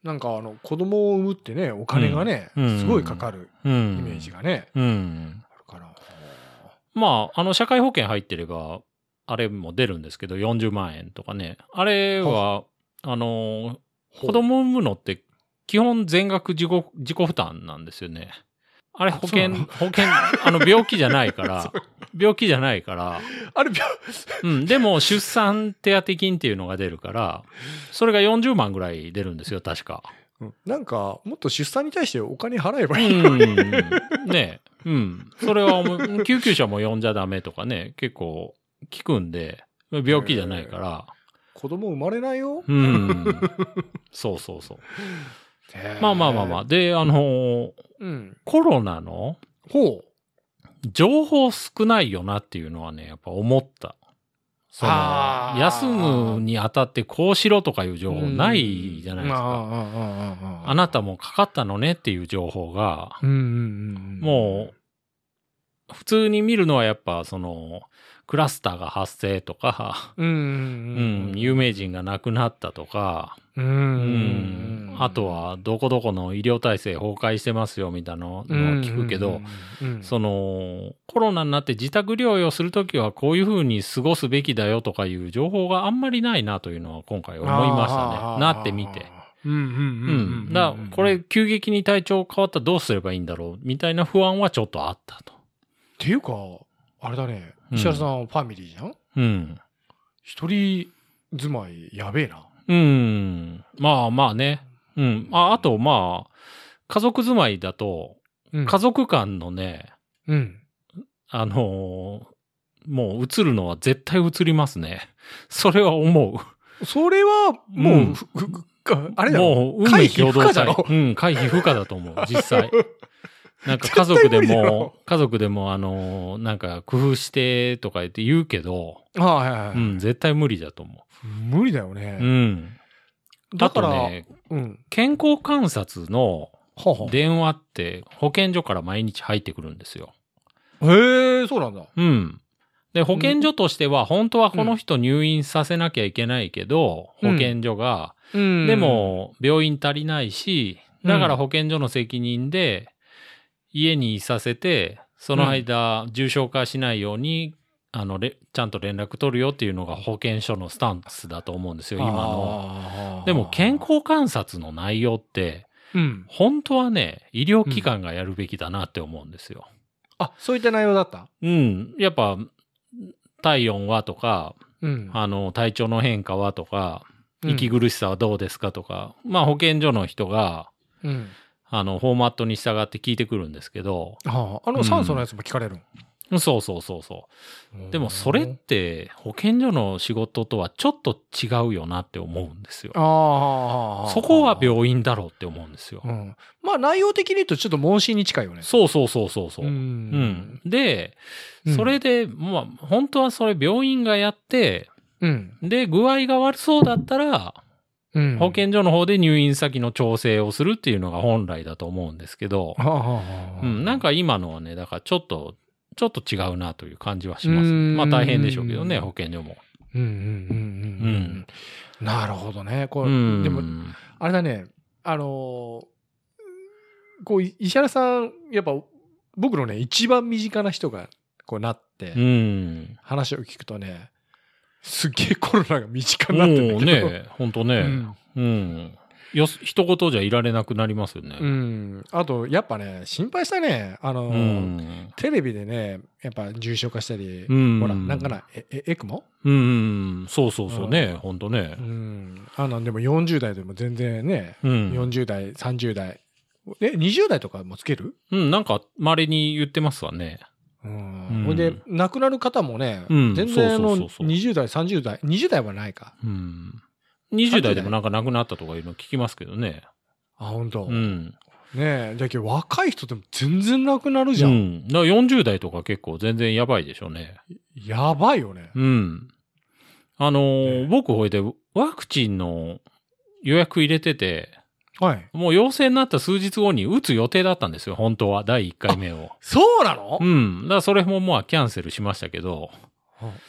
Speaker 2: なんかあの子供を産むってねお金がね、
Speaker 1: うん
Speaker 2: すごいかかる
Speaker 1: うん。
Speaker 2: イメージ。がね、
Speaker 1: うん。
Speaker 2: あるから
Speaker 1: まあ、あの、社会保険入ってれば、あれも出るんですけど、40万円とかね。あれは、あのー子供産むのって、基本全額自己、自己負担なんですよね。あれ保
Speaker 2: そう
Speaker 1: 険、
Speaker 2: なの
Speaker 1: 保険、あの、病気じゃない から、病気じゃないから、
Speaker 2: あれ、びょ
Speaker 1: うん、でも出産手当金っていうのが出るから、それが40万ぐらい出るんですよ、確か。
Speaker 2: なんか、もっと出産に対してお金払えば
Speaker 1: う
Speaker 2: いい。
Speaker 1: ん。ねえ。うん。それは思う、救急車も呼んじゃダメとかね、結構聞くんで、病気じゃないから。
Speaker 2: 子供生まれないよ。
Speaker 1: うん。そうそうそう。まあまあまあまあ。。で、あのー
Speaker 2: うん。
Speaker 1: コロナの
Speaker 2: ほう。
Speaker 1: 情報少ないよなっていうのはね、やっぱ思った。その
Speaker 2: あー
Speaker 1: 休むにあたってこうしろとかいう情報ないじゃないです
Speaker 2: うん
Speaker 1: か。
Speaker 2: ああああああ
Speaker 1: あなたもかかったのねっていう情報が、
Speaker 2: うんうんうん。
Speaker 1: もう、普通に見るのはやっぱその、クラスターが発生とか、
Speaker 2: うん。うん
Speaker 1: う
Speaker 2: うん
Speaker 1: ん、
Speaker 2: うん。
Speaker 1: 有名人が亡くなったとか、
Speaker 2: うん
Speaker 1: う
Speaker 2: うんん。、
Speaker 1: あとはどこどこの医療体制崩壊してますよみたいなのを
Speaker 2: うんうんうんうん、
Speaker 1: 聞くけど、
Speaker 2: うん、
Speaker 1: その、コロナになって自宅療養するときはこういうふうに過ごすべきだよとかいう情報があんまりないなというのは今回思いました
Speaker 2: あ
Speaker 1: ね。
Speaker 2: あ
Speaker 1: なってみて。。
Speaker 2: うんうんうん
Speaker 1: う
Speaker 2: うんんうん。
Speaker 1: だからこれ、急激に体調変わったらどうすればいいんだろうみたいな不安はちょっとあったと。
Speaker 2: っていうか、あれだね。
Speaker 1: うん
Speaker 2: 石原さん、ファミリーじゃん
Speaker 1: うん。
Speaker 2: 一人住まい、やべえな。
Speaker 1: うん。まあまあね。うん。ああと、まあ、家族住まいだと、
Speaker 2: うん
Speaker 1: 家族間のね、
Speaker 2: うん。
Speaker 1: あのーもう映るのは絶対映りますね。 それは思う。
Speaker 2: それは、もう、
Speaker 1: うん
Speaker 2: ふふふあれだろ
Speaker 1: もう、運命共同
Speaker 2: 回避不可だろ
Speaker 1: 体。うん、回避不可だと思う、 実際。なんか家族で
Speaker 2: 絶対無理だ
Speaker 1: も
Speaker 2: ろ、
Speaker 1: 家族でも、あのーなんか工夫してとか言って言うけど、
Speaker 2: はいはいはい
Speaker 1: うん、絶対無理だと思
Speaker 2: 無理だよね
Speaker 1: う。う。ん。
Speaker 2: だから、
Speaker 1: あとね、
Speaker 2: うん。
Speaker 1: 健康観察の
Speaker 2: はは
Speaker 1: 電話って保健所から毎日入ってくるんですよ。
Speaker 2: へえ、そうなんだ。
Speaker 1: うん。で、保健所としては、本当はこの人入院させなきゃいけないけど、
Speaker 2: うん
Speaker 1: 保健所が、
Speaker 2: うん
Speaker 1: で、も、病院足りないし、だから保健所の責任で、家にいさせて、その間、重症化しないように、あの、れちゃんと連絡取るよっていうのが保健所のスタンスだと思うんですよ、今の。
Speaker 2: の
Speaker 1: でも、健、康観察の内容って、
Speaker 2: うん。
Speaker 1: 本当はね、医療機関がやるべきだなって思うんですよ。
Speaker 2: あ、そういった内容だった。
Speaker 1: うん。やっぱ、体温はとか、
Speaker 2: うん。
Speaker 1: あの、体調の変化はとか、
Speaker 2: うん
Speaker 1: 息苦しさはどうですかとか、まあ保健所の人が、
Speaker 2: うん。
Speaker 1: あの、フォーマットに従って聞いてくるんですけど、
Speaker 2: ああ、あの酸素のやつも聞かれるん、
Speaker 1: そうそうそうそう。でもそれって保健所の仕事とはちょっと違うよなって思うんですよ
Speaker 2: あ。あああ、
Speaker 1: そこは病院だろうって思うんですよ。
Speaker 2: うん。まあ内容的に言うとちょっと問診に近いよね。
Speaker 1: そうそうそうそうそう。
Speaker 2: う
Speaker 1: うんん。。で
Speaker 2: うん、
Speaker 1: それで、まあ、本当はそれ病院がやって、
Speaker 2: うん。
Speaker 1: で、具合が悪そうだったら、
Speaker 2: うん。
Speaker 1: 保。健所の方で入院先の調整をするっていうのが本来だと思うんですけど、
Speaker 2: はあはあはあ
Speaker 1: うん、なん
Speaker 2: か、
Speaker 1: か今のはね、だからちょっと、ちょっと違うなという感じはします。
Speaker 2: うん
Speaker 1: まあ大変でしょうけどね、保健所も。
Speaker 2: うんうんうんうんうん。なるほどね。こ
Speaker 1: う
Speaker 2: れ、
Speaker 1: ん。
Speaker 2: でも、あれだね、あのーこう、い石原さん、やっぱ、僕のね、一番身近な人が、こうなって、
Speaker 1: うん。
Speaker 2: 話を聞くとね、すっげえコロナが身近
Speaker 1: も
Speaker 2: になってる
Speaker 1: う
Speaker 2: けど。
Speaker 1: ね、本当
Speaker 2: う
Speaker 1: ね、
Speaker 2: ん
Speaker 1: うん。よす、一言じゃいられなくなりますよね。
Speaker 2: うん。あと、やっぱね、心配したね。あの
Speaker 1: う
Speaker 2: ー、
Speaker 1: ん。
Speaker 2: テレビでね、やっぱ重症化したり、
Speaker 1: うん
Speaker 2: ほら、なんかな、え、え、エクモ
Speaker 1: うん。そうそうそうね、本当ね
Speaker 2: う。ん。あの、でも40代でも全然ね、
Speaker 1: うん。
Speaker 2: 40代、30代、え、20代とかもつける
Speaker 1: うん、なんか、稀に言ってますわね。
Speaker 2: うん
Speaker 1: うん
Speaker 2: ほいで、亡くなる方もね、
Speaker 1: うん
Speaker 2: 全然あ
Speaker 1: そ
Speaker 2: の、
Speaker 1: うそうそうそう
Speaker 2: 20代、30代、20代はないか。
Speaker 1: うん。20代でもなんか亡くなったとかいうの聞きますけどね。
Speaker 2: あ、本当。
Speaker 1: う
Speaker 2: ね
Speaker 1: ん。
Speaker 2: え、だけど若い人でも全然亡くなるじゃ。
Speaker 1: うんん。だから40代とか結構全然やばいでしょうね。
Speaker 2: やばいよね。
Speaker 1: うん。あのー
Speaker 2: ね
Speaker 1: 僕ほいでワクチンの予約入れてて、
Speaker 2: はい。
Speaker 1: もう陽性になった数日後に打つ予定だったんですよ、本当は。第1回目を。
Speaker 2: そうなの
Speaker 1: うん。だからそれもまあキャンセルしましたけど、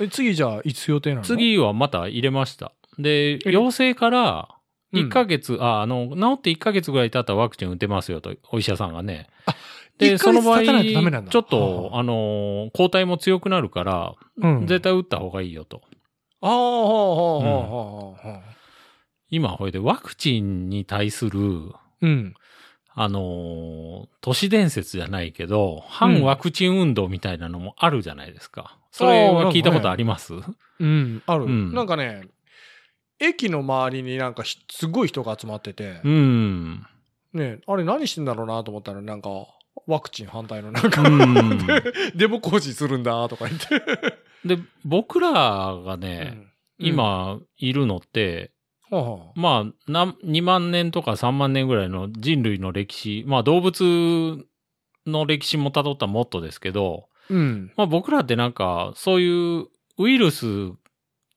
Speaker 2: え次じゃあ、いつ予定なの、
Speaker 1: 次はまた入れました。で、
Speaker 2: え
Speaker 1: 陽性から
Speaker 2: うん
Speaker 1: 1ヶ月、あ、あの、治って1ヶ月ぐらい経ったらワクチン打てますよと、お医者さんがね。で、
Speaker 2: 1ヶ
Speaker 1: その
Speaker 2: 月
Speaker 1: 場合、
Speaker 2: 経
Speaker 1: ち
Speaker 2: たないとダメなんだ
Speaker 1: ょっと、
Speaker 2: は
Speaker 1: あのー、抗体も強くなるから、
Speaker 2: うん
Speaker 1: 絶対打った方がいいよと。
Speaker 2: ああ、ほうほうほうほうほう。
Speaker 1: 今、ほいで、ワクチンに対する、
Speaker 2: うん。
Speaker 1: あのー都市伝説じゃないけど、反ワクチン運動みたいなのもあるじゃないですか。それ
Speaker 2: あーな
Speaker 1: は
Speaker 2: んかね
Speaker 1: 聞いたことあります、
Speaker 2: うん、ある、
Speaker 1: うん
Speaker 2: なんかね、駅の周りになんかひすごい人が集まってて、
Speaker 1: うん。
Speaker 2: ね、あれ何してんだろうなと思ったら、なんか、ワクチン反対のなんか、
Speaker 1: うん
Speaker 2: デモ行使するんだとか言って。
Speaker 1: で、僕らがね、今いるのって、
Speaker 2: うん、はあはあ
Speaker 1: まあ、なん2万年とか3万年ぐらいの人類の歴史、まあ動物の歴史も辿ったらもっとですけど、
Speaker 2: うん。
Speaker 1: まあ僕らってなんか、そういうウイルス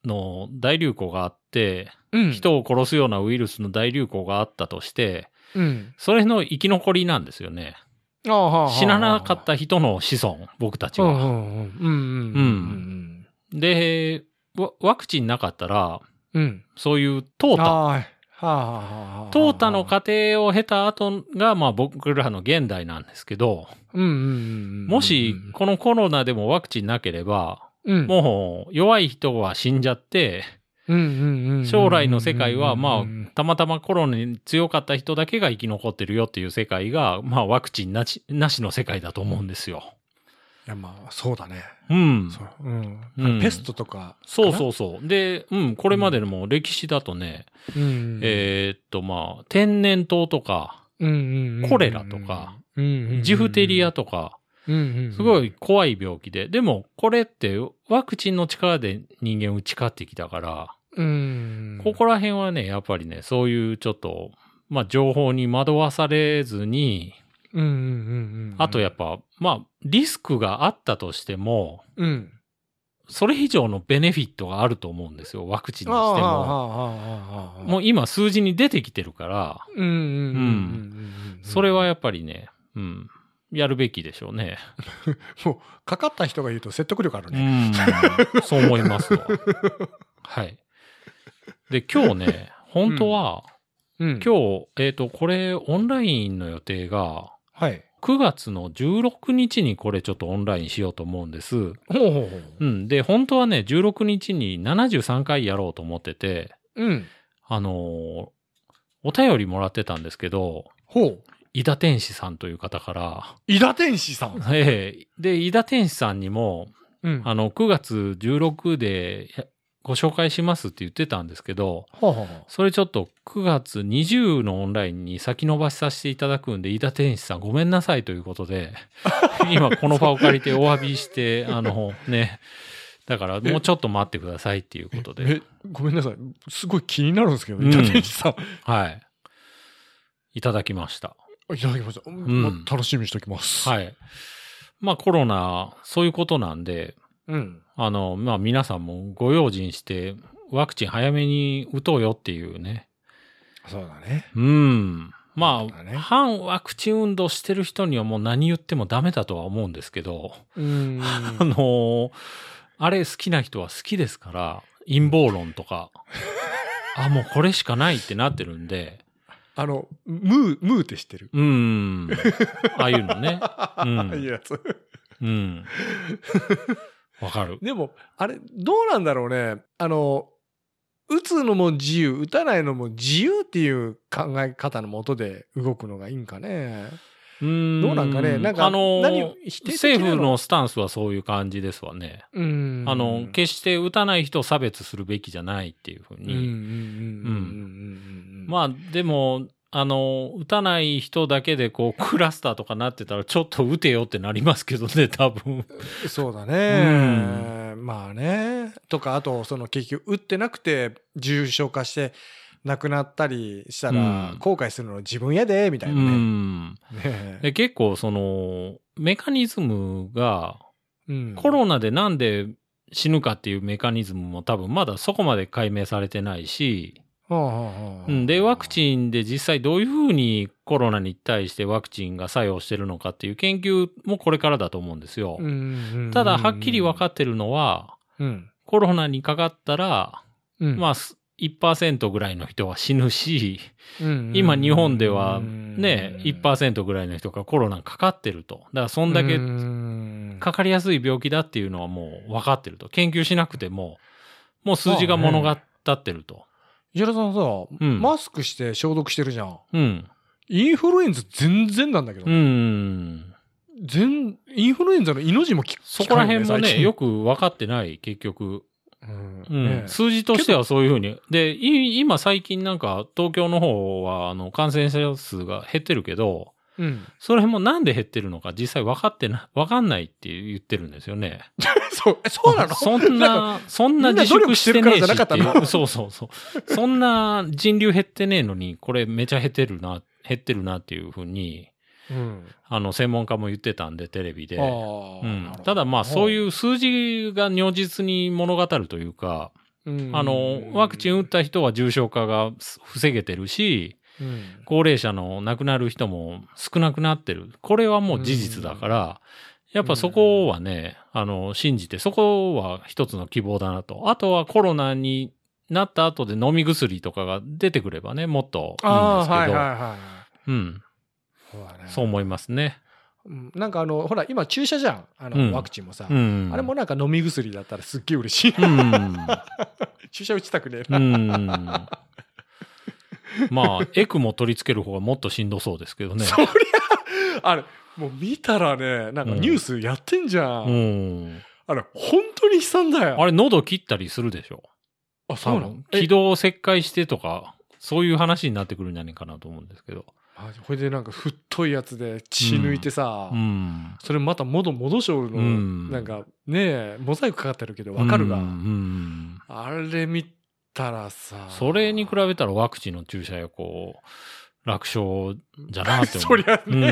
Speaker 1: の大流行があって、
Speaker 2: うん。
Speaker 1: 人を殺すようなウイルスの大流行があったとして、
Speaker 2: うん。
Speaker 1: それの生き残りなんですよね。
Speaker 2: ああはあはあ
Speaker 1: 死ななかった人の子孫、僕たち
Speaker 2: うんう
Speaker 1: は。
Speaker 2: んうん。うん
Speaker 1: う
Speaker 2: うんん。
Speaker 1: で、ワワクチンなかったら、
Speaker 2: うん。
Speaker 1: そういう淘汰、
Speaker 2: はい。はあはあはあ。
Speaker 1: 淘汰の過程を経た後が、まあ僕らの現代なんですけど、
Speaker 2: うんうんうん。
Speaker 1: もしこのコロナでもワクチンなければ、
Speaker 2: うん、
Speaker 1: もう弱い人は死んじゃって、
Speaker 2: うんうんうんうん
Speaker 1: 将来の世界はまあ
Speaker 2: うん
Speaker 1: たまたまコロナに強かった人だけが生き残ってるよっていう世界が、まあワクチンなし、なしの世界だと思うんですよ。
Speaker 2: いやまあ、そうだね。
Speaker 1: うん。
Speaker 2: そう。うん。
Speaker 1: うん
Speaker 2: ペストとか。
Speaker 1: そう
Speaker 2: う。
Speaker 1: そうそう。で、うん、これまでのもう歴史だとね、
Speaker 2: うん。
Speaker 1: えーっと、まあ、天然痘とか、
Speaker 2: うんうんうん
Speaker 1: コレラとか、
Speaker 2: うんうんうん
Speaker 1: ジフテリア、とか、
Speaker 2: うんうんうん
Speaker 1: すごい。怖い病気で、でもこれってワクチンの力で人間打ち勝ってきたから、
Speaker 2: うん。
Speaker 1: ここら辺はね、やっぱりね、そういうちょっと、まあ、情報に惑わされずに、
Speaker 2: うんうんうんうん。
Speaker 1: あとやっぱ、まあ、リスクがあったとしても、
Speaker 2: うん。
Speaker 1: それ以上のベネフィットがあると思うんですよ、ワクチンにして
Speaker 2: ああ
Speaker 1: も。
Speaker 2: ああああ
Speaker 1: もう今数字に出てきてるから、
Speaker 2: うんうんうんうんうんうん。
Speaker 1: それはやっぱりね、うん。やるべきでしょうね。
Speaker 2: かかった人が言うと説得力ある
Speaker 1: う
Speaker 2: ね。
Speaker 1: ん、 そう思いますわ。はい。で、今日ね、本当は、
Speaker 2: うん
Speaker 1: 今日、えっ、と、これ、オンラインの予定が、
Speaker 2: はい。
Speaker 1: 9月の16日にこれちょっとオンラインしようと思うんです。
Speaker 2: ほうほうほう。
Speaker 1: うん。で、本当はね、16日に73回やろうと思ってて、
Speaker 2: うん。
Speaker 1: あのーお便りもらってたんですけど、
Speaker 2: ほう。
Speaker 1: 伊田天使さんという方から、
Speaker 2: 伊田天使さん。
Speaker 1: ええで、伊田天使さんにも、
Speaker 2: うんは
Speaker 1: あの、9月16でやご紹介しますって言ってたんですけど、
Speaker 2: あはあ
Speaker 1: それちょっと9月20のオンラインに先延ばしさせていただくんで、飯田天使さんごめんなさいということで、今この場を借りてお詫びして、あのね、だからもうちょっと待ってくださいっていうことで、
Speaker 2: え、ごめんなさい。すごい気になるんですけど、
Speaker 1: うん
Speaker 2: 伊田天使さん。
Speaker 1: はい。いただきました。
Speaker 2: いただきました。
Speaker 1: ん
Speaker 2: ま楽しみにしておきます。い。
Speaker 1: はい。まあコロナ、そういうことなんで、
Speaker 2: うん。
Speaker 1: あの、まあ皆さんもご用心して、ワクチン早めに打とうよっていうね。
Speaker 2: そうだね。
Speaker 1: うん。ま
Speaker 2: そう
Speaker 1: あ、
Speaker 2: だね
Speaker 1: 反ワクチン運動してる人にはもう何言ってもダメだとは思うんですけど、
Speaker 2: うん。
Speaker 1: あのーあれ好きな人は好きですから、陰謀論と か、あ、もうこれしかないってなってるんで、
Speaker 2: あの、ムー、ムーって知ってる。
Speaker 1: うん。ああいうのね。うん
Speaker 2: いいやつ。
Speaker 1: うん。わかる。
Speaker 2: でも、あれ、どうなんだろうね。あの、打つのも自由、打たないのも自由っていう考え方のもとで動くのがいいんかね。
Speaker 1: うん。
Speaker 2: どうなんかね。なんか、
Speaker 1: あのー
Speaker 2: 何を否定的な
Speaker 1: 政府のスタンスはそういう感じですわね。
Speaker 2: うん
Speaker 1: あの、決して打たない人を差別するべきじゃないっていうふう
Speaker 2: うんう
Speaker 1: に。
Speaker 2: んうんうんうんうんうんうん
Speaker 1: まあ、でも、あの、打たない人だけで、こう、クラスターとかなってたら、ちょっと打てよってなりますけどね、 多分。
Speaker 2: そうだね、まあねとかあとその結局打ってなくて重症化して亡くなったりしたら
Speaker 1: うん
Speaker 2: 後悔するの自分やでみた
Speaker 1: う
Speaker 2: いなね,ね
Speaker 1: ん。
Speaker 2: え、
Speaker 1: で、結構、その、メカニズムが、
Speaker 2: うん
Speaker 1: コロナでなんで死ぬかっていうメカニズムも多分まだそこまで解明されてないし、
Speaker 2: はあはあはあ
Speaker 1: うんで、ワクチンで実際どういうふうにコロナに対してワクチンが作用してるのかっていう研究もこれからだと思うんですよ。
Speaker 2: うんうんうんうん
Speaker 1: ただ、はっきり分かってるのは、
Speaker 2: うん
Speaker 1: コロナにかかったら、
Speaker 2: うん
Speaker 1: まあ、す1%ぐらいの人は死ぬし、
Speaker 2: うんうんうん
Speaker 1: 今日本では
Speaker 2: う
Speaker 1: ね
Speaker 2: ん、
Speaker 1: 1%ぐらいの人がコロナにかかってると。だから、そんだけ
Speaker 2: うん
Speaker 1: かかりやすい病気だっていうのはもう分かってると。研究しなくても、もう数字が物語ってると。
Speaker 2: 石原さんさ、
Speaker 1: ん
Speaker 2: マスクして消毒してるじゃん
Speaker 1: うん。
Speaker 2: インフルエンザ全然なんだけど、
Speaker 1: うん。
Speaker 2: 全インフルエンザの命もき
Speaker 1: そこら辺もね、よ
Speaker 2: く、
Speaker 1: く分かってない、結局。
Speaker 2: うん
Speaker 1: うん
Speaker 2: ね
Speaker 1: 数字としてはそういうふうに。で、い今最近なんか東京の方はあの感染者数が減ってるけど、
Speaker 2: うん、
Speaker 1: それもなんで減ってるのか実際分かってな、分かんないって言ってるんですよね。
Speaker 2: そうえそうな の
Speaker 1: そん
Speaker 2: なん
Speaker 1: な、
Speaker 2: か
Speaker 1: そんな自
Speaker 2: みんな
Speaker 1: 粛
Speaker 2: 努力
Speaker 1: し
Speaker 2: して
Speaker 1: て
Speaker 2: るか
Speaker 1: ね
Speaker 2: ら
Speaker 1: え
Speaker 2: じゃ
Speaker 1: し
Speaker 2: なか
Speaker 1: っ
Speaker 2: ってたの
Speaker 1: いう。そうそうそう。そんな人流減ってねえのに、これめちゃ減ってるな、減ってるなっていうふうに、
Speaker 2: うん
Speaker 1: あの、専門家も言ってたんで、テレビで。
Speaker 2: あ
Speaker 1: う
Speaker 2: ー
Speaker 1: ん
Speaker 2: なるほど
Speaker 1: ただまあそういうう数字が如実に物語るというか、
Speaker 2: ん
Speaker 1: あの、ワクチン打った人は重症化が防げてるし、
Speaker 2: うん
Speaker 1: 高齢者の亡くなる人も少なくなってる。これはもう事実だから、やっぱそこはね、あの、信じて、そこは一つの希望だなと。あとはコロナになった後で飲み薬とかが出てくればね、もっといいんで
Speaker 2: ああ
Speaker 1: す
Speaker 2: ーはい
Speaker 1: け
Speaker 2: はい
Speaker 1: ど、
Speaker 2: はい
Speaker 1: うん、
Speaker 2: そうだね
Speaker 1: そう思いますね。
Speaker 2: うんなんかあのほら今注射じゃんあの、
Speaker 1: うん
Speaker 2: ワクチンもさ、
Speaker 1: うん。
Speaker 2: あれもなんか飲み薬だったらすっげえ嬉しい
Speaker 1: うん。
Speaker 2: 注射打ちたくねえ
Speaker 1: う
Speaker 2: な、
Speaker 1: ん。まあ、エクも取り付ける方がもっとしんどそうですけどね。
Speaker 2: そりゃあれもう見たらねなんかニュースやってんじゃん、
Speaker 1: うん。
Speaker 2: あれ本当に悲惨だよ
Speaker 1: あれ、喉切ったりするでしょ。
Speaker 2: あ
Speaker 1: 多分気道を切開してとか、そういう話になってくるんじゃないかなと思うんですけど。
Speaker 2: あこれでなんか太いやつで血抜いてさ、
Speaker 1: うん。
Speaker 2: それまた元戻しょるの、
Speaker 1: うん
Speaker 2: なんかねえモザイクかかってるけどわかるが、
Speaker 1: うんうん
Speaker 2: あれ見たらさ
Speaker 1: それに比べたらワクチンの注射やこう、楽勝じゃなって思う。
Speaker 2: そりゃ
Speaker 1: うん、う
Speaker 2: ね、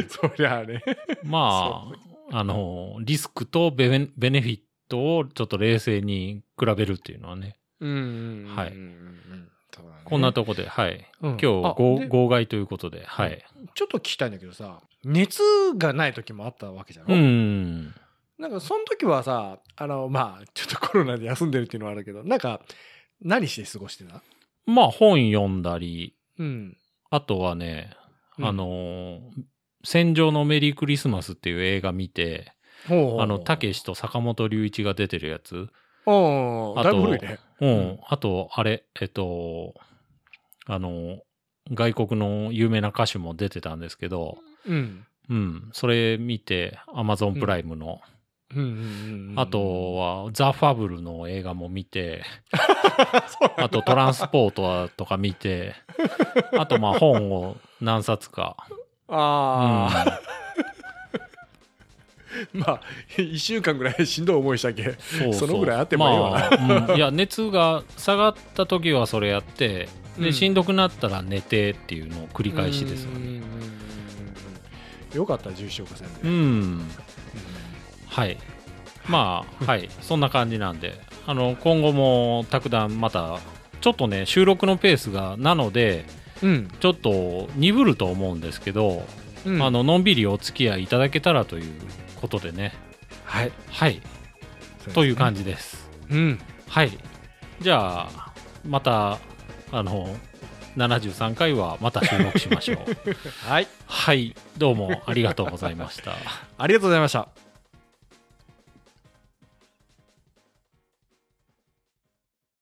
Speaker 1: ん。
Speaker 2: そりゃね
Speaker 1: まあ、あの、リスクとベネベネフィットをちょっと冷静に比べるっていうのはね、
Speaker 2: うん
Speaker 1: はい
Speaker 2: そうだね
Speaker 1: こんなとこで、はい。
Speaker 2: うん
Speaker 1: 今日
Speaker 2: あ
Speaker 1: 号、
Speaker 2: で
Speaker 1: 号外ということで、はい。
Speaker 2: ちょっと聞きたいんだけどさ熱がない時もあったわけじゃろ、
Speaker 1: うん。
Speaker 2: なんかその時はさあのまあちょっとコロナで休んでるっていうのはあるけどなんか何して過ごしてた
Speaker 1: まあ本読んだり、
Speaker 2: うん
Speaker 1: あとはね、
Speaker 2: うん
Speaker 1: あのー、戦場のメリークリスマスっていう映画見て、
Speaker 2: ほうほうほう
Speaker 1: あの、たけしと坂本龍一が出てるやつ。
Speaker 2: おうおう
Speaker 1: あ
Speaker 2: だ
Speaker 1: と
Speaker 2: いぶ古いね
Speaker 1: うん。
Speaker 2: うん
Speaker 1: あと、あれ、えっと、あの、外国の有名な歌手も出てたんですけど、
Speaker 2: うん
Speaker 1: うん。それ見て、アマゾンプライムの、
Speaker 2: うんうんうん
Speaker 1: あとは、ザ・ファブルの映画も見て、
Speaker 2: そう
Speaker 1: あと、トランスポートはとか見て、あと、まあ、本を何冊か。
Speaker 2: ああ、まあ1週間ぐらいしんどい思いしたけ
Speaker 1: そう
Speaker 2: そのぐらいあってもいいわ
Speaker 1: まあうんいや、熱が下がった時はそれやって、
Speaker 2: う
Speaker 1: で、
Speaker 2: ん
Speaker 1: しんどくなったら寝てっていうのを繰り返しですよ
Speaker 2: うんうんう
Speaker 1: ね。
Speaker 2: んうんよかった重症化せんで、
Speaker 1: う
Speaker 2: うん
Speaker 1: ん。はい。まあ、はい。そんな感じなんで、あの、今後も、卓談また、ちょっとね、収録のペースが、なので、
Speaker 2: うん
Speaker 1: ちょっと鈍ると思うんですけど、
Speaker 2: うん
Speaker 1: あの、のんびりお付き合いいただけたらということでね。
Speaker 2: はい
Speaker 1: はい。という感じです。
Speaker 2: じうん
Speaker 1: はい。じゃあ、また、あの、73回はまた収録しましょう。
Speaker 2: はい
Speaker 1: はい。どうもありがとうございました。
Speaker 2: ありがとうございました